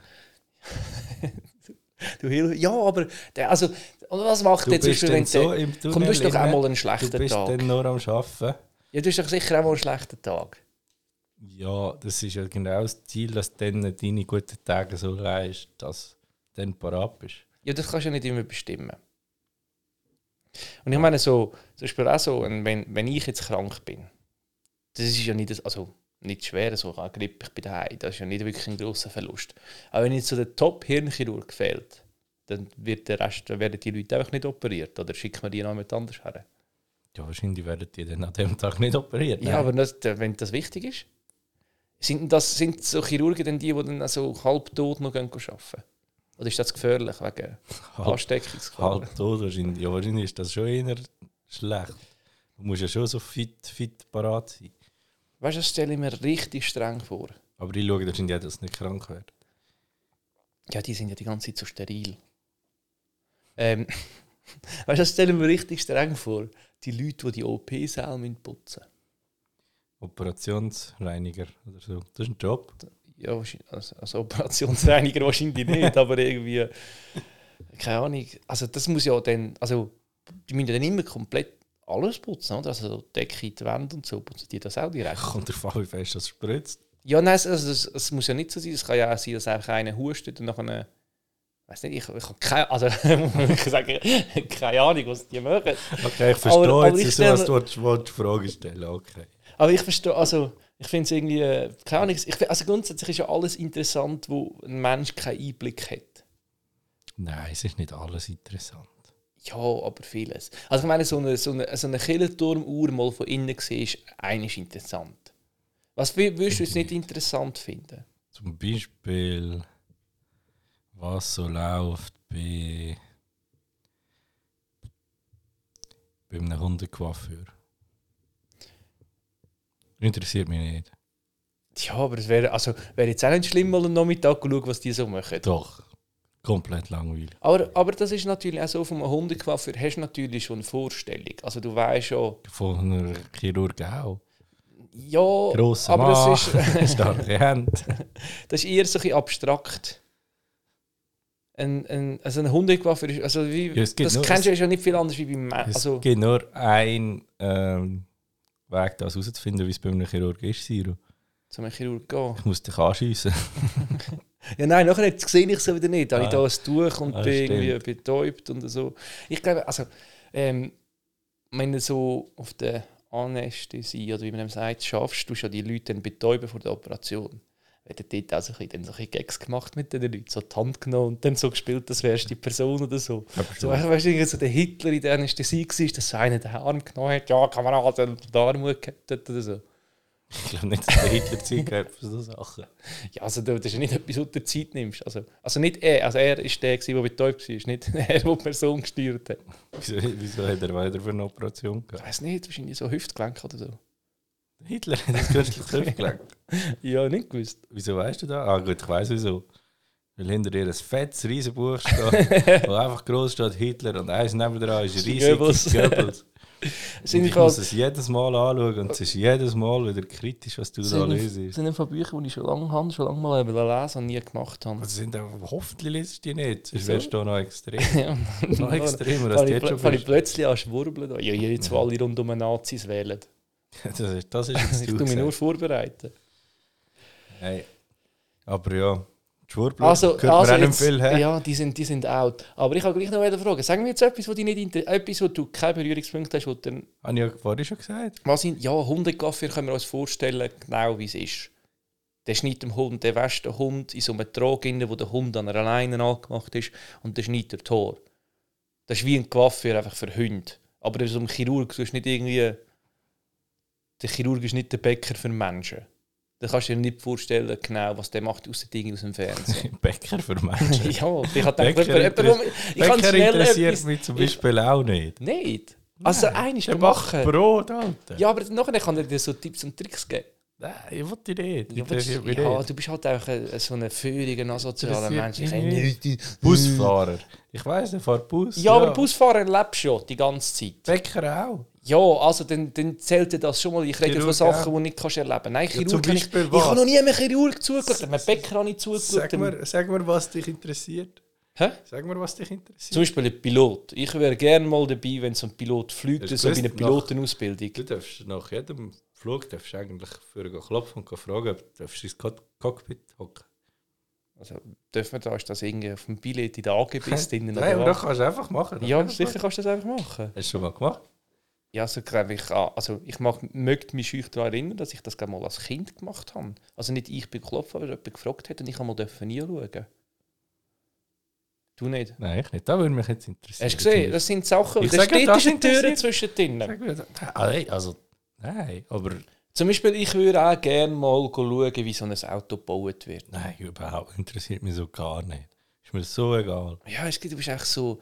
C: Du Hil- ja, aber der, also, oder was macht
B: Du
C: der zum
B: bist
C: Beispiel, wenn
B: dann so
C: der,
B: im Tunnel.
C: komm, du hast doch
B: innen,
C: einmal einen
B: Du
C: schlechten
B: bist
C: Tag.
B: dann nur am Arbeiten.
C: Ja, du hast doch sicher einmal einen schlechten Tag.
B: Ja, das ist ja genau das Ziel, dass du dann deine guten Tage so leist, dass du dann parat bist.
C: Ja, das kannst du ja nicht immer bestimmen. Und ich meine, so, zum Beispiel auch so, ein- wenn, wenn ich jetzt krank bin, das ist ja nicht, das- also nicht schwer, so eine Grippe, ich bin daheim, das ist ja nicht wirklich ein grosser Verlust. Aber wenn jetzt so der Top-Hirnchirurg fehlt, dann wird der Rest, dann werden die Leute einfach nicht operiert oder schickt man die noch jemand anders her.
B: Ja, wahrscheinlich werden die dann an dem Tag nicht operiert.
C: Ja,
B: ne?
C: aber das, wenn das wichtig ist, sind, denn das, sind so Chirurgen denn die, die dann also halbtot noch gehen arbeiten? Oder ist das gefährlich wegen
B: halb,
C: Ansteckungsgefahr?
B: halb tot Halt, wahrscheinlich. Ja, wahrscheinlich ist das schon eher schlecht. Du musst ja schon so fit, fit parat sein.
C: Weißt du, das stelle ich mir richtig streng vor.
B: Aber ich schaue wahrscheinlich auch, dass du nicht krank wirst.
C: Ja, die sind ja die ganze Zeit so steril. Ähm, *laughs* weißt du, das stelle ich mir richtig streng vor. Die Leute, die die OP-Säle müssen putzen
B: Operationsreiniger oder so. Das ist ein Job. *laughs*
C: Ja, wahrscheinlich- als, als Operationsreiniger *laughs* wahrscheinlich nicht, aber irgendwie. Keine Ahnung. Also, das muss ja dann. Also, die müssen ja dann immer komplett alles putzen, oder? Also, so die Decke, die Wände und so, putzen die das auch direkt.
B: Kommt der Fall, wie fest das spritzt.
C: Ja, nein, es, also, es, es muss ja nicht so sein. Es kann ja auch sein, dass einfach einer hustet und nachher. Weiß nicht, ich, ich habe keine, also, *laughs* ich sage, *laughs* keine Ahnung, was die machen.
B: Okay, ich verstehe
C: Aber- aber ich
B: jetzt,
C: stelle-
B: was du willst- willst die Frage stellen Okay.
C: Aber ich verstehe, also ich finde es irgendwie, äh, keine Ahnung, ich, fi- also grundsätzlich ist ja alles interessant, wo ein Mensch keinen Einblick hat.
B: Nein, es ist nicht alles interessant.
C: Ja, aber vieles. Also ich meine, so eine, so eine, so eine Kirchenturmuhr mal von innen gesehen ist eigentlich interessant. Was wür- würdest du jetzt nicht interessant finden?
B: Zum Beispiel, was so läuft bei, bei einem Hundekoiffeur. Interessiert mich nicht.
C: Ja, aber es wäre also, wär jetzt auch nicht schlimm, mal am Nachmittag zu schauen, was die so machen.
B: Doch, komplett langweilig.
C: Aber, aber das ist natürlich auch so, vom Hundequaffer hast du natürlich schon eine Vorstellung. Also du weißt schon,
B: Von einer Chirurg auch.
C: ja,
B: Grosser
C: Oh, aber
B: Mann,
C: das ist...
B: *laughs* starke Hände.
C: Das ist eher so ein bisschen abstrakt. Ein, ein, also eine Hundequaffer ist. Also wie,
B: Ja, es gibt
C: das
B: nur-
C: kennst du ja schon nicht viel anders wie beim Mann.
B: Es
C: Also,
B: gibt nur einen ähm, Weg, das herauszufinden, wie es bei einem Chirurg ist, Siro.
C: zum Chirurg gehen.
B: Ich muss dich
C: *laughs*
B: anschiessen.
C: Ja, nein, nachher nicht, sehe ich so wieder nicht. Da habe ich
B: Ah.
C: da ein Tuch und
B: Ah,
C: bin irgendwie
B: stimmt.
C: betäubt und so. Ich glaube, also, ähm, wenn du so auf der Anästhesie oder wie man dem sagt, schaffst du ja die Leute dann betäuben vor der Operation. Wenn du dort auch so ein bisschen, dann so ein bisschen Gags gemacht mit den Leuten, so die Hand genommen und dann so gespielt, das wärst die Person oder so. So,
B: Ja.
C: weißt du, weißt du, irgendwie so der Hitler in der Anästhesie war, dass so einer den Arm genommen hat, ja, Kamerad, dann den Arm gehabt hat oder so.
B: Ich glaube nicht, dass der Hitler
C: *laughs*
B: Zeit gehabt hat für so Sachen.
C: Ja, also du- das ist ja nicht etwas, was du dir Zeit nimmst. Also, also nicht er, also er ist der, gewesen, der betäubt war, nicht *laughs* er, der die Person gesteuert hat.
B: Wieso, wieso hat er weiter für eine Operation
C: Ich
B: gehabt?
C: weiß nicht, wahrscheinlich so Hüftgelenk
B: *laughs*
C: oder so.
B: Hitler hat das
C: *laughs*
B: künstlich zurückgelegt.
C: Ja, nicht gewusst.
B: Wieso weißt du das? Ah gut, ich weiß wieso. Weil hinter dir ein fettes Riesenbuch steht,
C: *laughs*
B: wo einfach groß steht Hitler und eins nebenan ist riesig
C: Goebbels.
B: Goebbels.
C: *laughs*
B: Goebbels.
C: Es
B: Und
C: sind
B: ich muss es jedes Mal anschauen und es ist jedes Mal wieder kritisch, was du da lesest.
C: einfach Bücher, die ich schon lange habe, schon lange mal lesen und nie gemacht habe.
B: Also sind auch, hoffentlich lesest du die nicht, sonst
C: Wieso?
B: wärst du noch extrem.
C: *laughs* Ja,
B: Noch extremer, als
C: Fange
B: du
C: ich
B: jetzt schon
C: plö- ich
B: bist.
C: plötzlich an zu Schwurbeln. Ja, ja, jetzt, wo alle rund um Nazis wählen.
B: Das ist, *laughs* das ist jetzt
C: *laughs* Ich
B: du
C: tue mich nur
B: gesagt.
C: vorbereiten.
B: Hey. Aber ja, die Schwurbler
C: Also,
B: gehört mir
C: also
B: auch nicht
C: jetzt,
B: viel her.
C: ja, die sind, die sind out. Aber ich habe gleich noch eine Frage. Sagen wir jetzt etwas, wo, dich nicht inter- etwas, wo du keine Berührungspunkte hast. Wo dann,
B: Habe ich ja vorhin schon gesagt. *laughs*
C: was sind, ja, Hundekaffee können wir uns vorstellen, genau wie es ist. Der schneidet dem Hund, der wäscht den Hund in so einem Trog, innen, wo der Hund an einer Leine angemacht ist, und der schneidet er Tor. Das ist wie ein Coiffeur einfach für Hunde. Aber so ein Chirurg, du bist nicht irgendwie. Der Chirurg ist nicht der Bäcker für Menschen. Da kannst du dir nicht vorstellen, genau, was der macht, außer Dinge aus dem Fernsehen.
B: *laughs* Bäcker für Menschen.
C: Ja, ich habe
B: Bäcker
C: gedacht, jemand, jemand, ich kann
B: Bäcker
C: schnell
B: interessiert
C: etwas...
B: mich zum Beispiel auch nicht.
C: Nicht. Also, eines
B: Der
C: kann
B: macht
C: machen.
B: Brot, Alter.
C: Ja, aber nachher kann er dir so Tipps und Tricks geben.
B: Nein, ich will dich nicht.
C: Ja,
B: Ich
C: aber das,
B: interessiere mich
C: ja,
B: nicht.
C: du bist halt einfach ein- so ein feuriger, asozialer
B: Interessiert
C: Mensch.
B: mich
C: Ich kann
B: nicht.
C: nicht.
B: Busfahrer. Ich weiss, der fährt Bus.
C: Ja, aber Busfahrer lebst schon die ganze Zeit.
B: Bäcker auch.
C: Ja, also dann, dann zählt dir das schon mal. Ich rede von
B: Chirurg,
C: Sachen, die
B: ja.
C: du nicht kannst erleben kannst. Nein, Chirurg
B: zum
C: kann ich,
B: Beispiel
C: ich
B: was?
C: habe noch nie einem Chirurg zugeschaut, einem Bäcker habe ich zugeschaut.
B: Sag mir, sag mir, was dich interessiert.
C: Hä?
B: Sag mir, was dich interessiert.
C: Zum Beispiel ein Pilot. Ich wäre gerne mal dabei, wenn so ein Pilot fliegt,
B: Hast du
C: so bei einer
B: gewusst, nach-
C: Pilotenausbildung.
B: Du darfst nach jedem Flug darfst du eigentlich für einen klopfen und fragen, ob du darfst ins Cock- Cockpit hocken
C: Also, dürfen wir da, ist das irgendwie auf dem Billett in der AGBs drin?
B: Nein, aber
C: oder
B: das
C: was?
B: kannst du einfach machen.
C: Ja, sicher kannst du das einfach machen.
B: Hast du schon mal gemacht?
C: Ja, so glaube ich auch. Also, ich mag, möchte mich schüch daran erinnern, dass ich das gerne mal als Kind gemacht habe. Also nicht ich bin geklopft, aber jemand gefragt hat und ich einmal dürfen hinschauen. Du nicht?
B: Nein, ich nicht. Das würde mich jetzt interessieren.
C: Hast du gesehen? Das sind Sachen.
B: Ich
C: Da
B: sag ja,
C: steht
B: das
C: ist eine Tür
B: interessiert-
C: zwischen denen.
B: Sag mir das. Ah, nein, Also, nein, aber
C: Zum Beispiel, ich würde auch gerne mal schauen, wie so ein Auto gebaut wird.
B: nein, überhaupt interessiert mich so gar nicht. Ist mir so egal.
C: Ja, es gibt, du bist echt so,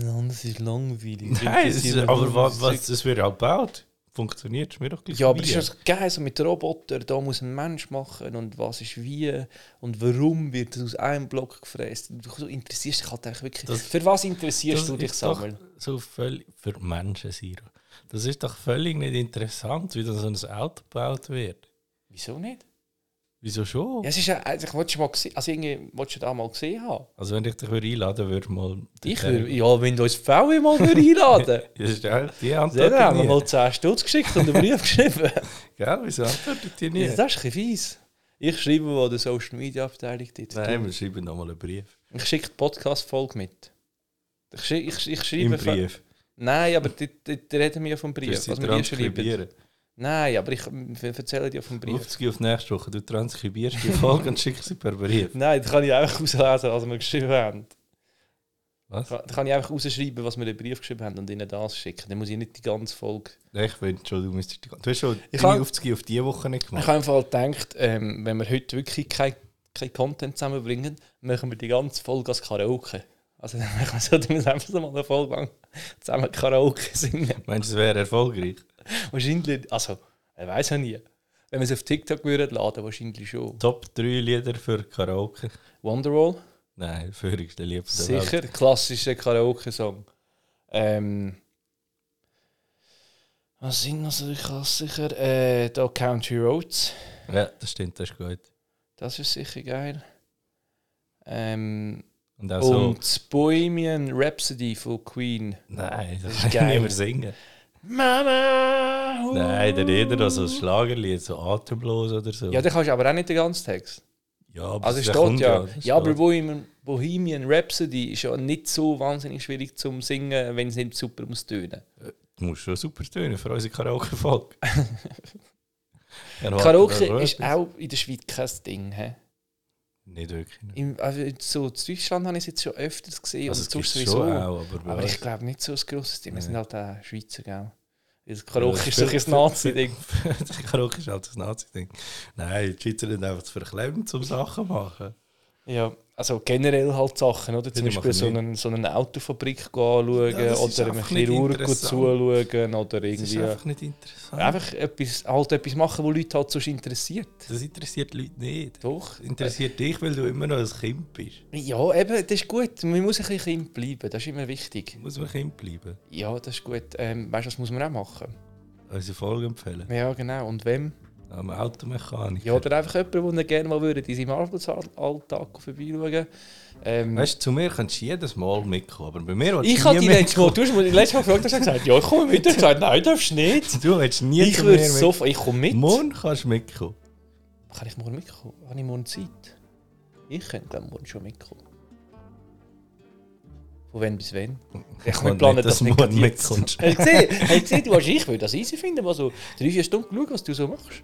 C: das ist langweilig.
B: Nein, es ist,
C: Interessiert
B: aber
C: mich
B: was,
C: das
B: was das wird halt gebaut. Funktioniert, ist mir doch gleich.
C: Ja, aber
B: wie.
C: das ist doch geil, so mit Robotern, da muss ein Mensch machen und was ist wie und warum wird das aus einem Block gefräst. Du du interessierst dich halt einfach wirklich.
B: Das-
C: Für was interessierst du dich,
B: ist doch
C: Samuel?
B: So völlig für Menschen, Siro. Das ist doch völlig nicht interessant, wie dann so ein Auto gebaut wird.
C: Wieso nicht?
B: Wieso schon?
C: Ja, es ist ja, also, ich wollte schon mal gesehen, also irgendwie, wolltest du da mal gesehen haben?
B: Also wenn ich dich würde einladen würde, mal...
C: Ich würde, ja, wenn du uns VW mal würde einladen
B: *laughs* Das ist ja die Antwort
C: Dann haben wir
B: nie.
C: mal 10 Stutz geschickt und einen
B: *laughs*
C: Brief geschrieben.
B: Gell, wieso antwortet ihr
C: Ja,
B: nie?
C: Das ist ein bisschen fies. Ich schreibe, wo der Social Media Abteilung dort.
B: Nein, wir schreiben nochmal einen Brief.
C: Ich schicke die Podcast-Folge mit. Ich, schi- ich, ich schreibe.
B: Im Brief.
C: Nein, aber die, die, Dus die reden wir ja vom
B: Du
C: Brief.
B: hast sie
C: Was wir hier schreiben.
B: transkribieren.
C: Nein, aber ich wir erzählen ja vom Brief.
B: Rufst du auf nächste Woche, du transkribierst die Folge und schickst sie per Brief.
C: Nein, das kann ich einfach auslesen, was wir geschrieben haben.
B: Was?
C: Da kann ich einfach rausschreiben, was wir in den Brief geschrieben haben und ihnen das schicken. Dann muss ich nicht die ganze Folge.
B: Nein, ich wünsche schon, du müsstest... die- Du hast schon
C: Ich
B: deine
C: kann-
B: Aufzüge auf diese Woche nicht
C: Ich
B: gemacht.
C: habe im Fall gedacht, ähm, wenn wir heute wirklich kein, kein Content zusammenbringen, machen wir die ganze Folge als Karaoke. Also *laughs* dann machen wir sollten wir einfach mal eine Folge lang zusammen Karaoke *laughs* singen.
B: Meinst du, es wäre erfolgreich?
C: Wahrscheinlich, also, ich weiß ja nie. Wenn wir es auf TikTok würden laden, wahrscheinlich schon.
B: Top 3 Lieder für Karaoke?
C: Wonderwall,
B: Nein, *laughs* völligste Liebste
C: sicher, klassischer Karaoke-Song. Ähm, was sind noch so die Klassiker? Äh, da Country Roads,
B: Ja, das stimmt, das ist gut.
C: das ist sicher geil. Ähm,
B: Und auch so...
C: Und das Bohemian Rhapsody von Queen.
B: Nein,
C: Das
B: das
C: ist
B: kann ich
C: geil.
B: nicht mehr singen.
C: Mama! uh.
B: Nein, der Lieder, also ein Schlagerlied, so atemlos oder so.
C: Ja, da kannst du aber auch nicht den ganzen Text.
B: Ja, aber
C: Also
B: es
C: steht
B: kommt
C: ja.
B: das
C: Ja, aber
B: steht.
C: Bohemian, Bohemian Rhapsody ist ja nicht so wahnsinnig schwierig zum Singen, wenn es nicht super muss tönen. *laughs*
B: Du musst schon super tönen für unsere Karaoke-Folge. Erwartet
C: Karaoke
B: man
C: ist
B: etwas?
C: auch in der Schweiz kein Ding. He?
B: Nicht wirklich. Nicht.
C: Im, also so in Deutschland habe ich es jetzt schon öfters gesehen
B: Also,
C: und
B: es gibt
C: sonst
B: schon
C: sowieso.
B: auch, aber, bei
C: aber
B: uns-
C: ich glaube nicht so ein grosses Ding. Wir
B: Nein.
C: sind halt auch Schweizer, gell? Also
B: Ja,
C: Karaoke
B: das
C: ist doch ein
B: stimmt.
C: Nazi-Ding.
B: Karaoke ist halt *laughs* das Nazi-Ding. Nein, die Schweizer sind einfach zu verklemmt, um Sachen zu machen.
C: Ja, also generell halt Sachen, oder? Zum
B: Die
C: Beispiel
B: machen
C: so
B: nicht.
C: eine, so eine Autofabrik anschauen
B: Ja, das ist
C: oder einem
B: einfach nicht
C: Chirurgen
B: interessant.
C: zuschauen oder
B: Das ist
C: irgendwie.
B: einfach nicht interessant.
C: Einfach etwas, halt etwas machen, was Leute halt sonst interessiert.
B: Das interessiert die Leute nicht.
C: Doch.
B: Das interessiert dich, weil du immer noch ein Kind bist.
C: Ja, eben, das ist gut. Man muss ein bisschen Kind bleiben, das ist immer wichtig.
B: Muss man Kind bleiben.
C: Ja, das ist gut. Ähm, weißt du, das muss man auch machen.
B: Unsere Folge empfehlen.
C: Ja, genau. Und wem?
B: Am Automechaniker.
C: Ja, oder einfach jemand, der gerne mal würde, in seinem Arbeitsalltag vorbeischauen ähm,
B: Weißt du, zu mir kannst du jedes Mal mitkommen, aber bei mir willst
C: Ich
B: du
C: habe
B: nie
C: dich letztes Mal,
B: mitkommen.
C: du hast mir letztes Mal gefragt, hast du gesagt, ja, ich komme mit. Ich habe gesagt, nein,
B: *laughs*
C: darfst nicht.
B: Du willst nie
C: Ich
B: zu
C: würde
B: mir
C: so ich komme mit.
B: mitkommen. Morgen kannst du mitkommen.
C: Kann ich morgen mitkommen? Habe ich morgen Zeit? Ich könnte glaub, morgen schon mitkommen. Von wann bis wann? Ich
B: will
C: wir planen
B: nicht,
C: das
B: dass
C: nicht
B: du
C: gerade
B: morgen
C: jetzt.
B: mitkommst.
C: Hast du gesehen? Hast du gesehen, du hast ich würde das easy finden, mal so drei, vier Stunden schauen, was du so machst.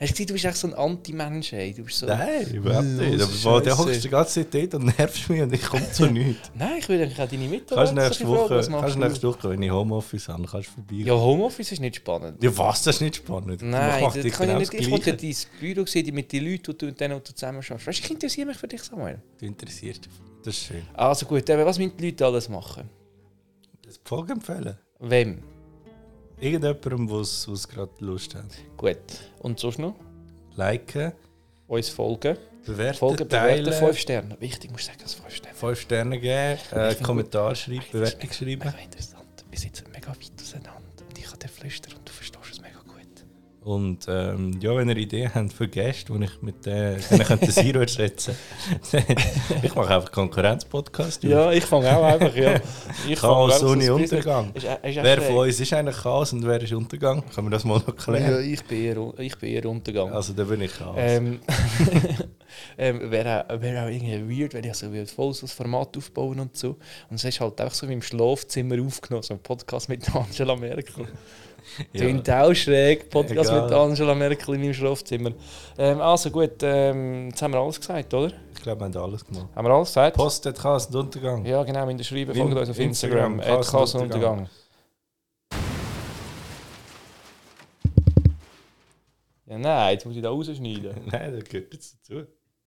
C: Hast du gesehen, du bist echt so ein Anti-Mensch, ey. Du bist
B: *laughs*
C: so...
B: Nein, überhaupt nicht.
C: Los,
B: Aber wo, der
C: Scheisse.
B: hockst die ganze Zeit dort und nervst mich und ich komme
C: *laughs*
B: zu nichts.
C: Nein, ich würde eigentlich auch deine Mitarbeiter
B: kannst nächste
C: fragen,
B: Woche,
C: was machst
B: kannst
C: du?
B: nächste Woche, wenn ich Homeoffice habe, kannst du vorbei.
C: Ja, Homeoffice ist nicht spannend.
B: Ja, was? Das ist nicht spannend.
C: Nein,
B: mach
C: das
B: dich
C: kann ich
B: genau
C: nicht. Ich
B: Gleiche.
C: wollte ja dein Büro sehen, mit den Leuten, die du, mit denen du zusammen schaffst. Weißt du, ich interessiere mich für dich, Samuel.
B: Du interessierst dich. Das ist schön.
C: Also gut, eben, was müssen die Leute alles machen?
B: Das die Folge empfehlen.
C: Wem?
B: Irgendjemandem, der es gerade Lust hat.
C: Gut. Und sonst noch?
B: liken,
C: Uns folgen.
B: bewerten,
C: Folgen,
B: teilen,
C: bewerten, 5 Sterne. Wichtig, musst du sagen, dass 5 Sterne.
B: 5 Sterne geben, äh, Kommentar schreiben, Bewertung schreiben.
C: Mega interessant. Wir sitzen mega weit auseinander und ich kann dir flüstern und du verstehst es mega gut.
B: Und ähm, ja, wenn ihr Ideen habt für Gäste, die ich mit äh, denen könnte
C: *laughs*
B: Siro ersetzen *laughs* ich mache einfach Konkurrenz-Podcast.
C: ich fange auch
B: *laughs*
C: einfach, ja. Ich
B: Chaos ohne Untergang. Wer von uns ist eigentlich Chaos und wer ist Untergang? Können wir das mal noch
C: eh, Ja,
B: klären?
C: ich bin eher, ich bin eher Untergang.
B: Also, da bin ich Chaos.
C: *laughs* Ähm, ähm, wäre auch, wär auch irgendwie weird, wenn ich so wie voll so ein Format aufbauen und so. Und es ist halt einfach so wie im Schlafzimmer aufgenommen, so ein Podcast mit Angela Merkel.
B: Ja.
C: Tönt auch schräg, Podcast
B: Egal.
C: mit Angela Merkel in meinem Schlafzimmer. Ähm, also gut, ähm, jetzt haben wir alles gesagt, oder?
B: Ich glaube, wir haben alles gemacht.
C: Haben wir alles gesagt?
B: Postet Chaos und Untergang. *laughs*
C: Ja, genau, in der Schreibe
B: Win-
C: folgt uns auf Instagram.
B: Instagram,
C: Instagram
B: Kasenuntergang.
C: Kasenuntergang. Ja, nein, jetzt muss ich da rausschneiden. dus
B: Nein, das gehört jetzt dazu.